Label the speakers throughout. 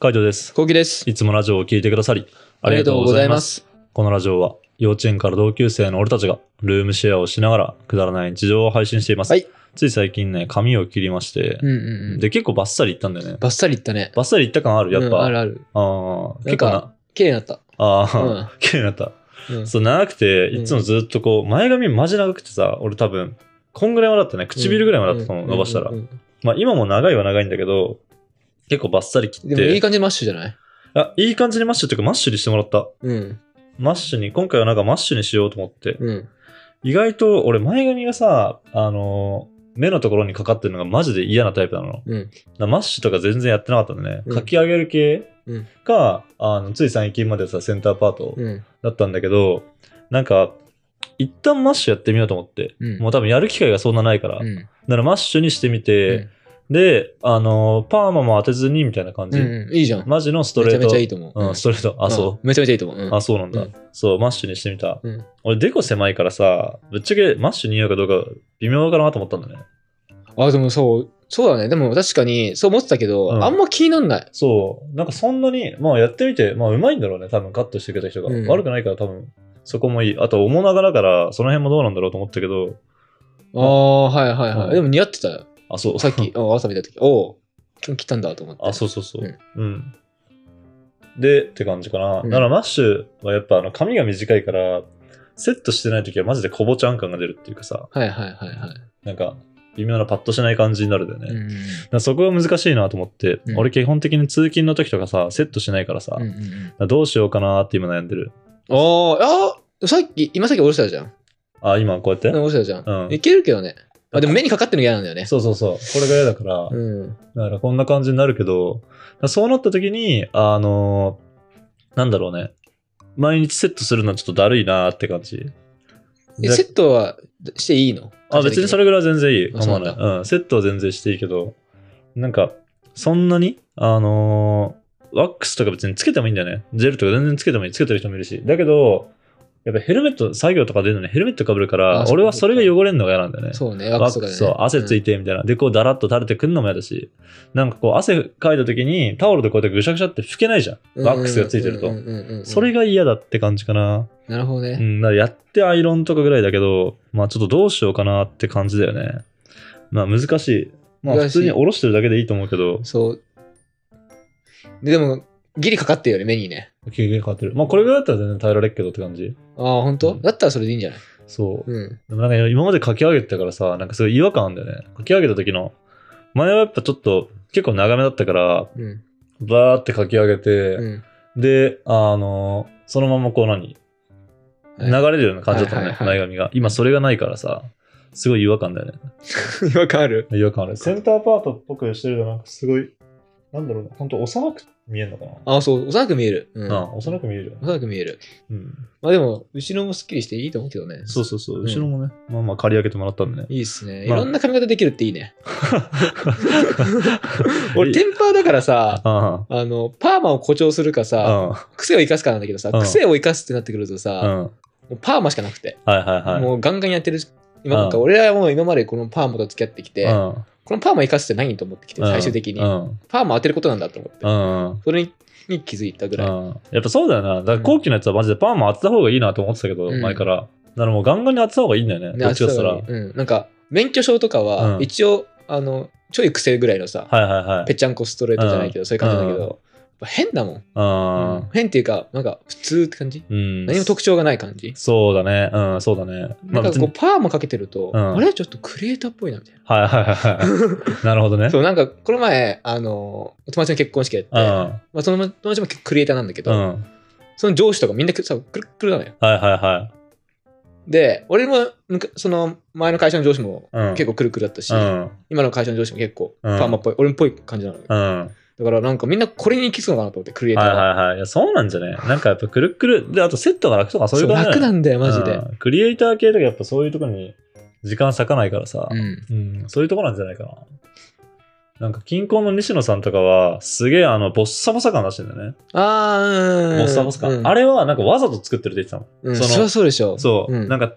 Speaker 1: カイトです。
Speaker 2: コウキです。
Speaker 1: いつもラジオを聞いてくださり、あ
Speaker 2: あ
Speaker 1: り
Speaker 2: り
Speaker 1: が
Speaker 2: が
Speaker 1: とう
Speaker 2: と
Speaker 1: ご
Speaker 2: うご
Speaker 1: ざ
Speaker 2: ざ
Speaker 1: い
Speaker 2: い
Speaker 1: ま
Speaker 2: ますす。
Speaker 1: このラジオは、幼稚園から同級生の俺たちが、ルームシェアをしながら、くだらない日常を配信しています。
Speaker 2: はい
Speaker 1: つい最近ね、髪を切りまして、
Speaker 2: うんうんうん。
Speaker 1: で、結構バッサリいったんだよね。
Speaker 2: バッサリいったね。
Speaker 1: バッサリいった感あるやっぱ。
Speaker 2: うんあ
Speaker 1: あ
Speaker 2: るある。
Speaker 1: あー
Speaker 2: なん
Speaker 1: 結構な
Speaker 2: か、綺麗になった。
Speaker 1: ああ、
Speaker 2: うん
Speaker 1: 綺麗になった。
Speaker 2: うん
Speaker 1: そう、長くて、
Speaker 2: うん
Speaker 1: いつもずっとこう、前髪マジ長くてさ、俺多分、こんぐらいまでだったね。唇ぐらいまでだったと思う、伸ばしたら
Speaker 2: うんう。んうん
Speaker 1: まあ今も長いは長いんだけど、結構バッサリ切って。
Speaker 2: でもいい感じのマッシュじゃない
Speaker 1: あ、いい感じにマッシュっていうかマッシュにしてもらった。
Speaker 2: うん。
Speaker 1: マッシュに、今回はなんかマッシュにしようと思って。
Speaker 2: うん。
Speaker 1: 意外と俺前髪がさ、あのー目のところにかかってるのがマジで嫌なタイプなの。だか
Speaker 2: うん。
Speaker 1: らマッシュとか全然やってなかったんでね。
Speaker 2: うん
Speaker 1: かき上げる系
Speaker 2: うん
Speaker 1: が、あの、つい最近までさ、センターパート
Speaker 2: うん。
Speaker 1: だったんだけど、なんか、一旦マッシュやってみようと思って。
Speaker 2: うん。
Speaker 1: もう多分やる機会がそんなないから。
Speaker 2: う
Speaker 1: だ
Speaker 2: ん。
Speaker 1: からマッシュにしてみて、で、あのーパーマも当てずにみたいな感
Speaker 2: う
Speaker 1: じ。
Speaker 2: んうん。いいじゃん。
Speaker 1: マジのスト
Speaker 2: め
Speaker 1: レ
Speaker 2: ち
Speaker 1: ー
Speaker 2: ゃ
Speaker 1: ト。
Speaker 2: めちゃいいと思う。
Speaker 1: うん、ストレート。あ、そう。
Speaker 2: うん。めちゃめちゃいいと思う。う ん
Speaker 1: あ、そうなんだ、
Speaker 2: うん
Speaker 1: そう、マッシュにしてみた。
Speaker 2: うん
Speaker 1: 俺、デコ狭いからさ、ぶっちゃけマッシュに合うかどうか微妙かなと思ったんだね。
Speaker 2: あ、でもそう。そうだね。でも確かに、そう思ってたけど、
Speaker 1: うん
Speaker 2: あんま気になんない。
Speaker 1: そう、なんかそんなに、まあやってみて、まあうまいんだろうね、多分カットしてくれた人が。
Speaker 2: うん
Speaker 1: 悪くないから多分、そこもいい。あと、面長だから、その辺もどうなんだろうと思ったけど、
Speaker 2: ああ、はいはいは
Speaker 1: う
Speaker 2: い。
Speaker 1: ん
Speaker 2: でも似合ってたよ。
Speaker 1: あ、そう。
Speaker 2: さっき、。あ朝見た時、おお、今日来たんだと思っ て。
Speaker 1: あ、そうそうそう。
Speaker 2: う
Speaker 1: うん。で、って感じかな。
Speaker 2: うん
Speaker 1: だからマッシュはやっぱあの髪が短いから、セットしてない時はマジでこぼちゃん感が出るっていうかさ、
Speaker 2: はいはいはいはい。
Speaker 1: なんか微妙なパッとしない感じになるんだよね。
Speaker 2: うんうん
Speaker 1: だからそこが難しいなと思って、
Speaker 2: うん
Speaker 1: 俺基本的に通勤の時とかさセットしないからさ、
Speaker 2: うん
Speaker 1: だ
Speaker 2: う
Speaker 1: か
Speaker 2: んうん。
Speaker 1: らどうしようかなって今悩んでる
Speaker 2: ああ、あさっき、今さっき下ろしたじゃん。
Speaker 1: あ今こうやって、
Speaker 2: 直したじゃん。
Speaker 1: うん
Speaker 2: いけるけどね。あでも目にかかってるの嫌なんだよね。
Speaker 1: そうそうそうこれが嫌だから、
Speaker 2: うん。
Speaker 1: だからこんな感じになるけどだからそうなった時にあのーなんだろうね毎日セットするのはちょっとだるいなって感じ
Speaker 2: え
Speaker 1: だ
Speaker 2: セットはしていいの
Speaker 1: あ別にそれぐらいは全然いい
Speaker 2: あ
Speaker 1: 構わない
Speaker 2: そう
Speaker 1: う、ん、セットは全然していいけどなんかそんなにあのーワックスとか別につけてもいいんだよねジェルとか全然つけてもいいつけてる人もいるしだけどやっぱヘルメット作業とか出るのにヘルメットかぶるから
Speaker 2: あそう
Speaker 1: 俺はそれが汚れるのが嫌なんだよね
Speaker 2: そうね、
Speaker 1: ワ
Speaker 2: ワッ
Speaker 1: ッ
Speaker 2: ク
Speaker 1: ク
Speaker 2: ス
Speaker 1: ス
Speaker 2: とかで、ね。
Speaker 1: そう汗つい
Speaker 2: て。
Speaker 1: てみたいな、でこうだらっと垂れてくんのも嫌だしなんかこう汗かいた時にタオルでこうやってぐしゃぐしゃって拭けないじゃん、ワックスがついてると、
Speaker 2: うんうんうんうん
Speaker 1: それが嫌だって感じかな
Speaker 2: なるほど
Speaker 1: う
Speaker 2: ね。
Speaker 1: ん、だからやってアイロンとかぐらいだけど、まあちょっとどうしようかなって感じだよね。まあ難しい。まあ普
Speaker 2: 難しい
Speaker 1: 通に下ろしてるだけでいいと思うけど、
Speaker 2: そう。ででも、ギリかかってるよね、目にね。
Speaker 1: 経験変わってる。まあこれぐらいだったら全然耐えられるけどって感じ。
Speaker 2: ああ、本当、
Speaker 1: うん
Speaker 2: だったらそれでいいんじゃない
Speaker 1: そう。
Speaker 2: うん。
Speaker 1: でもなんか今まで書き上げてたからさ、なんかすごい違和感あるんだよね。書き上げた時の、前はやっぱちょっと結構長めだったから、
Speaker 2: うん。
Speaker 1: バーって書き上げて、
Speaker 2: うん。
Speaker 1: で、あの、そのままこう何
Speaker 2: はい
Speaker 1: 流れるような感じだったのね、
Speaker 2: はいはいは
Speaker 1: 前
Speaker 2: い
Speaker 1: 髪が。今それがないからさ、すごい違和感だよね。
Speaker 2: わかる。
Speaker 1: 違和感ある。センターパートっぽくしてると、なんかすごい、なんだろうね、ほんと幼く見えるのかな。
Speaker 2: ああ、そう、幼く見える。うん。
Speaker 1: ああ幼く見えるよね。
Speaker 2: 幼く見える。
Speaker 1: うん。
Speaker 2: まあでも、後ろもスッキリしていいと思うけどね。
Speaker 1: そうそうそう、
Speaker 2: ん
Speaker 1: 後ろもね、まあまあ借り上げてもらったんでね。
Speaker 2: いいっすね。い
Speaker 1: まあ
Speaker 2: ろんな髪型できるっていいね。俺、テンパーだからさ、
Speaker 1: あ
Speaker 2: あの、パーマを誇張するかさ、
Speaker 1: あ、
Speaker 2: 癖を生かすかなんだけどさ、
Speaker 1: うん
Speaker 2: 癖を生かすってなってくると
Speaker 1: うん、う
Speaker 2: さ、
Speaker 1: ん。
Speaker 2: もうパーマしかなくて、
Speaker 1: はいはいはい。
Speaker 2: もうガンガンやってる。今なんか
Speaker 1: うん
Speaker 2: 俺らはもう今までこのパーマと付き合ってきて、
Speaker 1: うん
Speaker 2: このパーマ生かすって何と思ってきて、
Speaker 1: うん
Speaker 2: 最終的に、
Speaker 1: うん。
Speaker 2: パーマ当てることなんだと思って、
Speaker 1: うん。うん
Speaker 2: それにに気づいたぐらい。
Speaker 1: やっぱそうだよな。だから後期のやつはマジでパーマ当てた方がいいなと思ってたけど、
Speaker 2: うん
Speaker 1: 前から。だからもうガンガンに当てた方がいいんだよね。
Speaker 2: で
Speaker 1: どっちかって言
Speaker 2: あ
Speaker 1: っ
Speaker 2: っちだうん、なんか免許証とかは、
Speaker 1: うん
Speaker 2: 一応あのちょい癖ぐらいのさ、
Speaker 1: たら。はいはいはい。
Speaker 2: ぺちゃんこストレートじゃないけど、そういう感じだけど、やっぱ変だもん,、
Speaker 1: あ
Speaker 2: 変っていうかなんか普通って感じ、
Speaker 1: ーうん。
Speaker 2: 何も特徴がない感じ、
Speaker 1: そうだね。うん、そうだね。
Speaker 2: なんかこうパーマかけてると、
Speaker 1: うん
Speaker 2: あれちょっとクリエイターっぽいなみたいな
Speaker 1: はいはいはいはい。なるほどね。
Speaker 2: そう、なんか、この前、あの、お友達の結婚式やって、
Speaker 1: うん。
Speaker 2: まあ、その友達もクリエイターなんだけ
Speaker 1: う
Speaker 2: ど、
Speaker 1: ん。
Speaker 2: その上司とかみんなくさ、くるっくるなのよ。
Speaker 1: はいはいは
Speaker 2: で、俺もむか、その前の会社の上司も
Speaker 1: うん
Speaker 2: 結構くるくるだったし、
Speaker 1: い。うん。
Speaker 2: 今の会社の上司も結構、
Speaker 1: うん
Speaker 2: パーマっぽい、俺っぽい感じなのよ。
Speaker 1: うん。
Speaker 2: だから、なんかみんなこれに行きそうかなと思って、クリエイター
Speaker 1: はい
Speaker 2: は。
Speaker 1: はいはい。いや、そうなんじゃねなんかやっぱくるっくる。で、あとセットが楽とかそうい
Speaker 2: そうう
Speaker 1: 感じだ
Speaker 2: 楽な
Speaker 1: よね
Speaker 2: んだよ、マジで。
Speaker 1: うんクリエイター系とかやっぱそういうとこに時間割かないからさ
Speaker 2: う。ん。
Speaker 1: うん。そういうとこなんじゃないかな。なんか、近郊の西野さんとかは、すげえ、あの、ボッサボサ感出してんだよね。
Speaker 2: あー、うん。
Speaker 1: ボッサボサ感。あ
Speaker 2: れ、
Speaker 1: れは、なんかわざと作ってるって言ってたもん。
Speaker 2: うん、
Speaker 1: その
Speaker 2: そりゃそうでしょ。
Speaker 1: そう。
Speaker 2: うん
Speaker 1: なんか、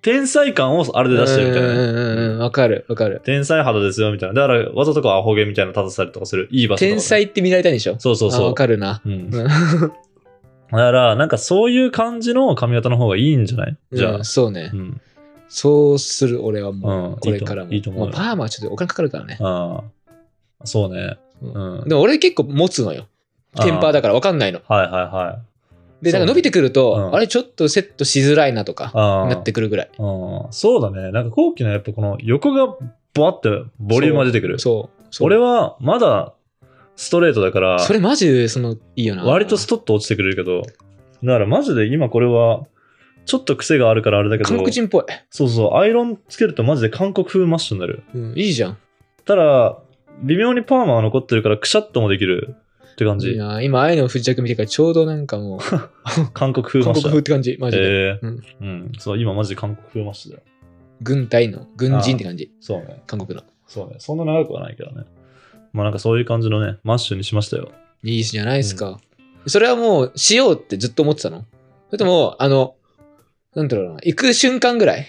Speaker 1: 天才感をあれで出してるみたいなね。
Speaker 2: うんうんうんうん。わかるわかる。
Speaker 1: 天才肌ですよみたいな。だから、わざとこうアホ毛みたいなの立たされたりとかする。いい場所とかね
Speaker 2: 天才って見られたいんでしょ
Speaker 1: そうそう
Speaker 2: あ
Speaker 1: そう
Speaker 2: わ。かるな。
Speaker 1: うん、 だ
Speaker 2: うん
Speaker 1: から、なんかそういう感じの髪型の方がいいんじゃないじゃあ
Speaker 2: うん。そうね
Speaker 1: う。ん。
Speaker 2: そうする俺は
Speaker 1: う
Speaker 2: も
Speaker 1: ん
Speaker 2: う、これからも。
Speaker 1: いいと思ういいと思うよ
Speaker 2: まあパーマはちょっとお金かかるからね。
Speaker 1: ああ。そうね。うん。
Speaker 2: でも俺結構持つのよ。テンパーだからわかんないの。
Speaker 1: はいはいはい。
Speaker 2: で、
Speaker 1: そ
Speaker 2: な
Speaker 1: うん
Speaker 2: か伸びてくる
Speaker 1: うん
Speaker 2: と、あれちょっとセットしづらいなとか、
Speaker 1: ああ。
Speaker 2: なってくるぐらい。
Speaker 1: うん。そうだね。なんか後期のやっぱこの横がボワってボリュームが出てくる。
Speaker 2: そう。そう
Speaker 1: 俺はまだストレートだから、
Speaker 2: それマジで、その、いいよな。
Speaker 1: 割とストッと落ちてくれるけど、だからマジで今これは、ちょっと癖があるからあれだけど、
Speaker 2: 韓国人っぽい。
Speaker 1: そうそう、アイロンつけるとマジで韓国風マッシュになる。
Speaker 2: うん、いいじゃん。
Speaker 1: ただ、微妙にパーマは残ってるからくしゃっともできるって感
Speaker 2: いい
Speaker 1: じ。
Speaker 2: な今、愛の不時着見てからちょうどなんかもう、韓
Speaker 1: 韓国風マッ
Speaker 2: 国
Speaker 1: シュ。
Speaker 2: 風って感じ、マジで。
Speaker 1: えーうん。そう、今マジで韓国風マッシュだよ。
Speaker 2: 軍隊の、軍人って感じ、
Speaker 1: そうね。
Speaker 2: 韓国の。
Speaker 1: そうね。そんな長くはないけどね。まあなんかそういう感じのね、マッシュにしましたよ。
Speaker 2: いいじゃないですか。それはもう、しようってずっと思ってたのそれとも、あの、なんだろうな、行く瞬間ぐらい、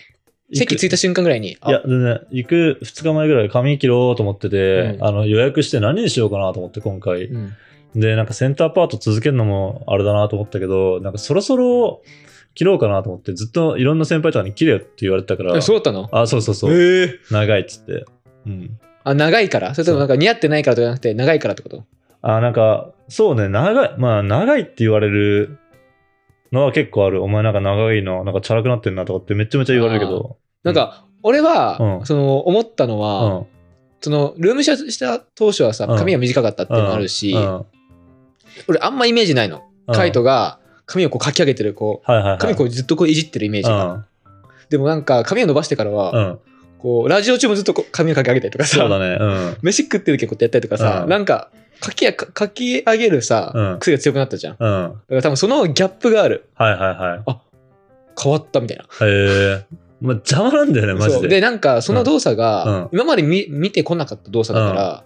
Speaker 2: 席着い
Speaker 1: た
Speaker 2: た瞬間ぐらいに、
Speaker 1: いや、全然、行く2日前ぐらい髪切ろうと思ってて、
Speaker 2: うん
Speaker 1: あの予約して何にしようかなと思って今回。
Speaker 2: うん、
Speaker 1: で、なんかセンターパート続けるのもあれだなと思ったけど、なんかそろそろ切ろうかなと思って、ずっといろんな先輩とかに切れよって言われてたから、
Speaker 2: あそうだったの
Speaker 1: あ、そうそうそう、
Speaker 2: ええ
Speaker 1: 長いっつって。うん。
Speaker 2: あ、長いからそれともなんか似合ってないからとかじゃなくて、長いからってこと
Speaker 1: あ、なんか、そうね、長い、まあ長いって言われるのは結構ある。お前なんか長いの、なんかチャラくなってんなとかってめちゃめちゃ言われるけど。
Speaker 2: なんか、俺は、
Speaker 1: うん
Speaker 2: その、思ったの
Speaker 1: う
Speaker 2: は、
Speaker 1: ん。
Speaker 2: その、ルームシェアした当初はさ、
Speaker 1: うん
Speaker 2: 髪が短かったっていうのもあるし、
Speaker 1: うん、
Speaker 2: 俺あんまイメージないの。カイト
Speaker 1: が、
Speaker 2: が髪をこうかき上げてる、こ
Speaker 1: はいはいは
Speaker 2: う、
Speaker 1: い、
Speaker 2: 髪こうずっとこういじってるイメージが。でもなんか、髪を伸ばしてから
Speaker 1: う
Speaker 2: は、
Speaker 1: ん。うん。
Speaker 2: こう、ラジオ中もずっとこう髪をかき上げたりとかさ、
Speaker 1: そうだね。うん。
Speaker 2: 飯食ってる結構ってやったりとかさ、
Speaker 1: うん
Speaker 2: なんか、かきや、かかき上げるさ、
Speaker 1: うん
Speaker 2: 癖が強くなったじゃん。だ
Speaker 1: うん。はい
Speaker 2: から多分そのギャップがある。
Speaker 1: はいはい。
Speaker 2: 変わったみたいな。
Speaker 1: へえ。まあ、邪魔なんだよね、マジ
Speaker 2: そう
Speaker 1: で。
Speaker 2: で、なんかその動作
Speaker 1: うんう
Speaker 2: が
Speaker 1: ん、
Speaker 2: 今まで見見てこなかった動作だから、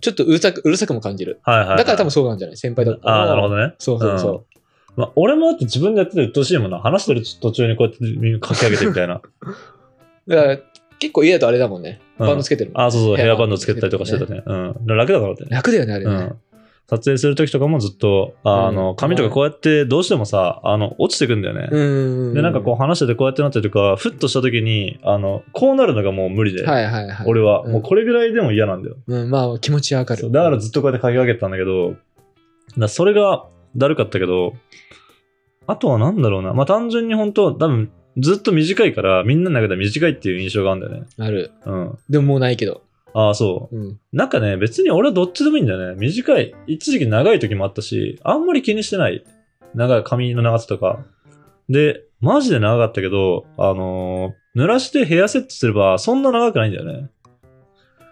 Speaker 2: ちょっとうるさく、うるさくも感じる。
Speaker 1: はいはいはい。
Speaker 2: だから多分そうなんじゃない先輩だった
Speaker 1: ああ、なるほ
Speaker 2: ど。
Speaker 1: どね。
Speaker 2: そうそうそう。
Speaker 1: まあ、俺もだって自分でやってて鬱陶しいもんな。話してる途中にこうやって耳かき上げてみたい な。
Speaker 2: だから、結構家だとあれだもんね。
Speaker 1: うん
Speaker 2: バンドつけてるもん。
Speaker 1: ああ、そうそう、ヘ
Speaker 2: ヘ
Speaker 1: ア
Speaker 2: ア
Speaker 1: バ
Speaker 2: バ
Speaker 1: ン
Speaker 2: ン
Speaker 1: ド
Speaker 2: ド
Speaker 1: つ
Speaker 2: つ
Speaker 1: け
Speaker 2: け
Speaker 1: て
Speaker 2: て
Speaker 1: た
Speaker 2: た
Speaker 1: り
Speaker 2: り
Speaker 1: とか
Speaker 2: とか
Speaker 1: し
Speaker 2: してて
Speaker 1: た
Speaker 2: た
Speaker 1: ね。うん。楽だからだよね。
Speaker 2: 楽だよね、あれ
Speaker 1: う
Speaker 2: ね。
Speaker 1: ん。撮影するときとかもずっと、あの、
Speaker 2: うん
Speaker 1: 髪とかこうやってどうしてもさ、あの、落ちてくんだよね。
Speaker 2: うん。
Speaker 1: で、なんかこう話しててこうやってなってるとか、ふっとしたときに、あの、こうなるのがもう無理で。
Speaker 2: はいはいはい。
Speaker 1: 俺は、
Speaker 2: うん
Speaker 1: もうこれぐらいでも嫌なんだよ。
Speaker 2: うん、まあ気持ちはわか
Speaker 1: そ
Speaker 2: る。
Speaker 1: うだからずっとこうやって書き上げてたんだけど、だからそれがだるかったけど、あとはなんだろうな。まあ単純に本当、多分ずっと短いから、みんなの中では短いっていう印象があるんだよね。
Speaker 2: ある。
Speaker 1: うん。
Speaker 2: でももうないけど。
Speaker 1: ああ、そ
Speaker 2: うん。
Speaker 1: う。なんかね、別に俺はどっちでもいいんだよね。短い。一時期長い時もあったし、あんまり気にしてない。長い、髪の長さとか。で、マジで長かったけど、あのー濡らしてヘアセットすれば、そんな長くないんだよね。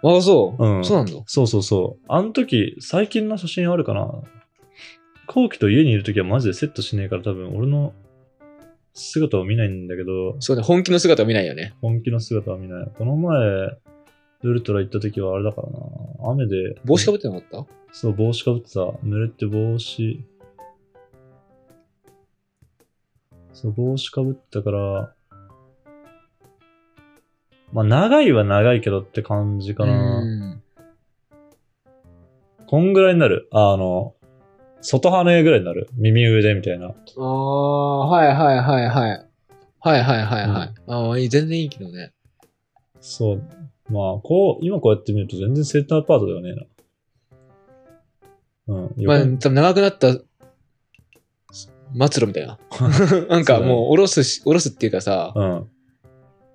Speaker 2: あ、そう。
Speaker 1: うん
Speaker 2: そうなんだ。
Speaker 1: そうそうそう。あの時、最近の写真あるかな後期と家にいる時はマジでセットしねえから多分俺の姿を見ないんだけど、
Speaker 2: そうね、本気の姿は見ないよね。
Speaker 1: 本気の姿は見ない。この前、ウルトラ行った時はあれだからな。雨で。
Speaker 2: 帽子か
Speaker 1: ぶ
Speaker 2: ぶってなかった
Speaker 1: そう、帽子かぶってた。濡れて帽子。そう、帽子かぶってたから、まあ長いは長いけどって感じかな。
Speaker 2: うん
Speaker 1: こんぐらいになる。あの、外羽ぐらいになる。耳腕みたいな。
Speaker 2: ああ、はいはいはいはい。はいはいはいはい。ああ、いい、全然いいけどね。
Speaker 1: そう。まあ、こう、今こうやって見ると全然センターパートではねえな。うん。
Speaker 2: まあ、
Speaker 1: 横に
Speaker 2: 多分長くなった、末路み たいな。なんかもう、おろすし、おろすっていうかさ、
Speaker 1: うん。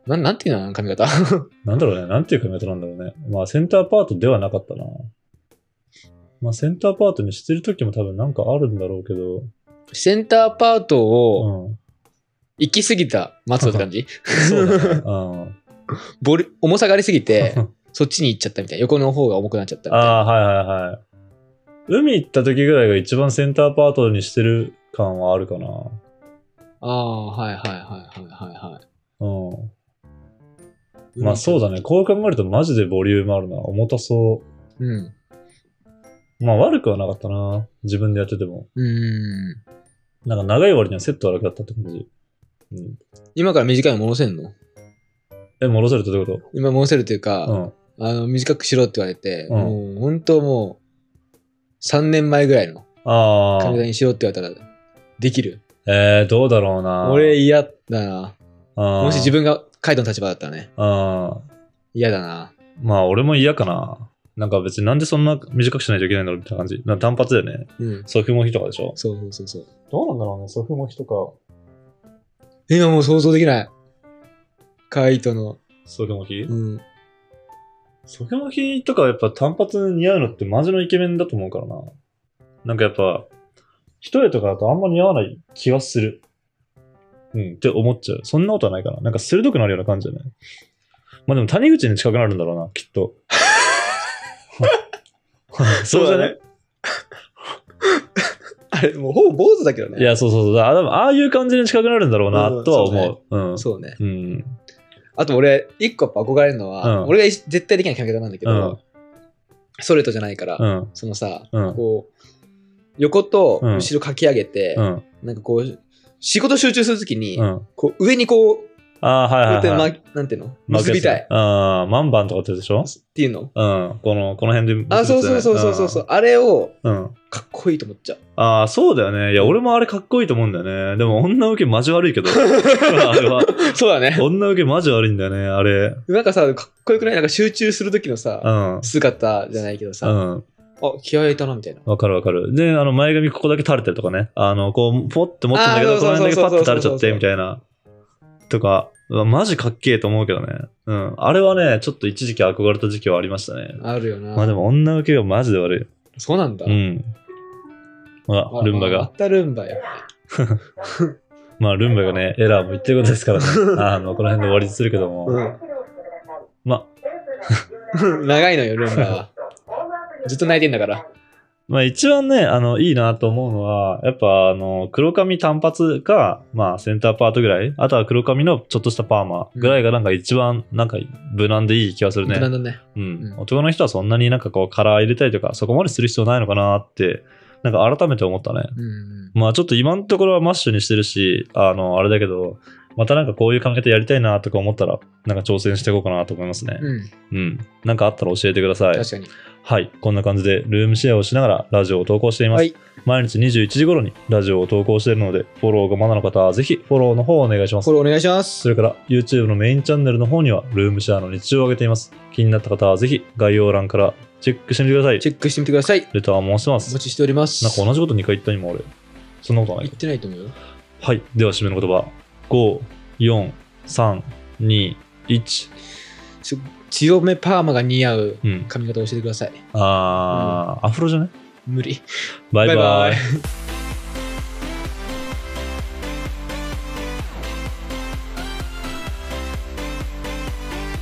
Speaker 2: なん、なんていうの髪型。
Speaker 1: なんだろうね。なんていう髪型なんだろうね。まあ、センターパートではなかったな。まあ、センターパートにしてる時も多分なんかあるんだろうけど。
Speaker 2: センターパートを、
Speaker 1: うん。
Speaker 2: 行き過ぎた末路って感じ
Speaker 1: そうだね。うん。
Speaker 2: ボリ重さがありすぎて、そっちに行っちゃったみたいな。横の方が重くなっちゃったみたい な。
Speaker 1: ああー、はいはいはい。海行った時ぐらいが一番センターパートにしてる感はあるかな。
Speaker 2: ああ、はいはいはいはいはいは
Speaker 1: うん。
Speaker 2: い。
Speaker 1: まあそうだね。。こう考えるとマジでボリュームあるな。重たそ
Speaker 2: うん。
Speaker 1: う。まあ悪くはなかったな。自分でやってても。
Speaker 2: うん。
Speaker 1: なんか長い割にはセット悪かったって感じ。うん。
Speaker 2: 今から短いの戻せんの
Speaker 1: え、戻されたってこ
Speaker 2: 今戻せるというか、
Speaker 1: とうん。
Speaker 2: あの、短くしろって言われて、
Speaker 1: うん
Speaker 2: もう本当もう、3年前ぐらいの
Speaker 1: ああ
Speaker 2: 髪。型にしろって言われたら、できる。
Speaker 1: えー、どうだろうな。
Speaker 2: 俺嫌だな。も
Speaker 1: も
Speaker 2: し自。分がカイトの立場だったらね、
Speaker 1: あー
Speaker 2: 嫌だな。
Speaker 1: まあ、俺も嫌かな。なんか別になんでそんな短くしないといけないんだろうみたいな感じ。なんか単発だよね。
Speaker 2: うん。
Speaker 1: ソフモヒとかでしょ
Speaker 2: そうそうそうそう。
Speaker 1: どうなんだろうね、ソフモヒとか。
Speaker 2: 今もう想像できない。カイトの、
Speaker 1: ソフモヒ
Speaker 2: うん。
Speaker 1: ソフモヒとかやっぱ単発似合うのってマジのイケメンだと思うからな。なんかやっぱ、一重とかだとあんま似合わない気はする。うん、って思っちゃう。そんなことはないかな。なんか鋭くなるような感じじゃないまあでも谷口に近くなるんだろうな、きっ と。そうじゃない
Speaker 2: ね。あれ、もうほぼ坊主だけどね。
Speaker 1: いや、そうそうそう。あでもああいう感じに近くなるんだろうな、
Speaker 2: うん
Speaker 1: とは思う。うん。
Speaker 2: そうね。
Speaker 1: うん。
Speaker 2: あと俺、一個やっぱ憧れるのは、
Speaker 1: うん
Speaker 2: 俺が絶対できない髪型なんだけど、
Speaker 1: うん
Speaker 2: ストレートじゃないから、
Speaker 1: うん。
Speaker 2: そのさ、
Speaker 1: うん
Speaker 2: こう、横と
Speaker 1: うん
Speaker 2: 後ろかき上げて、
Speaker 1: うん。
Speaker 2: なんかこう、仕事集中するときに、
Speaker 1: うん。
Speaker 2: こう上にこう、こ
Speaker 1: ああ、は
Speaker 2: うやっ
Speaker 1: い
Speaker 2: て
Speaker 1: はい、
Speaker 2: ま、
Speaker 1: はい。
Speaker 2: なんていうの
Speaker 1: 巻
Speaker 2: 結
Speaker 1: くや
Speaker 2: び
Speaker 1: つ
Speaker 2: たい。
Speaker 1: ああ、万番とかってやつでしょ
Speaker 2: っていうの
Speaker 1: うん。この、この辺で結ぶや
Speaker 2: あ、
Speaker 1: つだ
Speaker 2: そ
Speaker 1: よ
Speaker 2: う
Speaker 1: ね、
Speaker 2: そうそうそうそうそう。あれを、
Speaker 1: うん。うん。
Speaker 2: かっこいいと思っちゃう。
Speaker 1: ああ、そうだよね。いや、俺もあれかっこいいと思うんだよね。でも、女受けマジ悪い けど。あれは。
Speaker 2: そうだね。
Speaker 1: 女受けマジ悪いんだよね、あれ。
Speaker 2: なんかさ、かっこよくないなんか集中するときの
Speaker 1: う
Speaker 2: さ、
Speaker 1: ん。
Speaker 2: 姿じゃないけどさ、あ、
Speaker 1: うん。
Speaker 2: 気合い入れたな、みたいな。
Speaker 1: わかるわかる。で、あの、前髪ここだけ垂れてるとかね。あの、こう、ポッて持ってんだけ
Speaker 2: あ
Speaker 1: ど、
Speaker 2: ー
Speaker 1: こ
Speaker 2: そ
Speaker 1: の
Speaker 2: うそう
Speaker 1: 辺だけ
Speaker 2: そ
Speaker 1: パ
Speaker 2: う
Speaker 1: ッて垂れち
Speaker 2: そ
Speaker 1: ゃ
Speaker 2: うそうそう
Speaker 1: って、みたいな。とか、うわマジかっけえと思うけどね。うん。あれはね、ちょっと一時期憧れた時期はありましたね。
Speaker 2: あるよな。
Speaker 1: まあでも、女受けがマジで悪
Speaker 2: そうなんだ。
Speaker 1: い。うん。ま
Speaker 2: まあ
Speaker 1: あ、ルンバ
Speaker 2: ま
Speaker 1: が。
Speaker 2: たルンバよ。
Speaker 1: まあ、ルンバがね、エラーも言ってることですから ね。あの、この辺で終わりにするけども。
Speaker 2: うん。
Speaker 1: まあ、
Speaker 2: 長いのよ、ルンバ は。ずっと泣いてんだから。
Speaker 1: まあ一番ね、あの、いいなと思うのは、やっぱ、あの、黒髪単発か、まあセンターパートぐらい、あとは黒髪のちょっとしたパーマぐらいがなんか一番、なんか無難でいい気がする
Speaker 2: 無難
Speaker 1: ね。
Speaker 2: だね。
Speaker 1: うん。
Speaker 2: うん
Speaker 1: 男の人はそんなになんかこうカラー入れたりとか、そこまでする必要ないのかなって、なんか改めて思ったね。
Speaker 2: うん。
Speaker 1: まあちょっと今のところはマッシュにしてるし、あの、あれだけど、またなんかこういう関係でやりたいなとか思ったら、なんか挑戦していこうかなと思いますね。
Speaker 2: うん。
Speaker 1: うん。なんかあったら教えてください。
Speaker 2: 確かに。
Speaker 1: はい、こんな感じでルームシェアをしながらラジオを投稿しています。
Speaker 2: はい
Speaker 1: 毎日21時頃にラジオを投稿しているので、フォローがまだの方はぜひフォローの方をお願いしま
Speaker 2: フ
Speaker 1: す
Speaker 2: ォ。ローお願いします。
Speaker 1: それから YouTube のメインチャンネルの方にはルームシェアの日常を上げています。気になった方はぜひ概要欄からチェックしてみてください
Speaker 2: チ。ェックしてみてください。
Speaker 1: レターも申しま
Speaker 2: お
Speaker 1: す
Speaker 2: 待。ちしております。
Speaker 1: なんか同じこと2回言った今俺。そんなことない
Speaker 2: 言っ。てないと思うよ。
Speaker 1: はい、では締めの言葉。5、4、3、2、1。
Speaker 2: ちょ強めパーマが似合う
Speaker 1: うん。
Speaker 2: 髪型を教えてください。
Speaker 1: あー、アフロじゃね
Speaker 2: 無理。
Speaker 1: バイバイ。
Speaker 2: バイバイ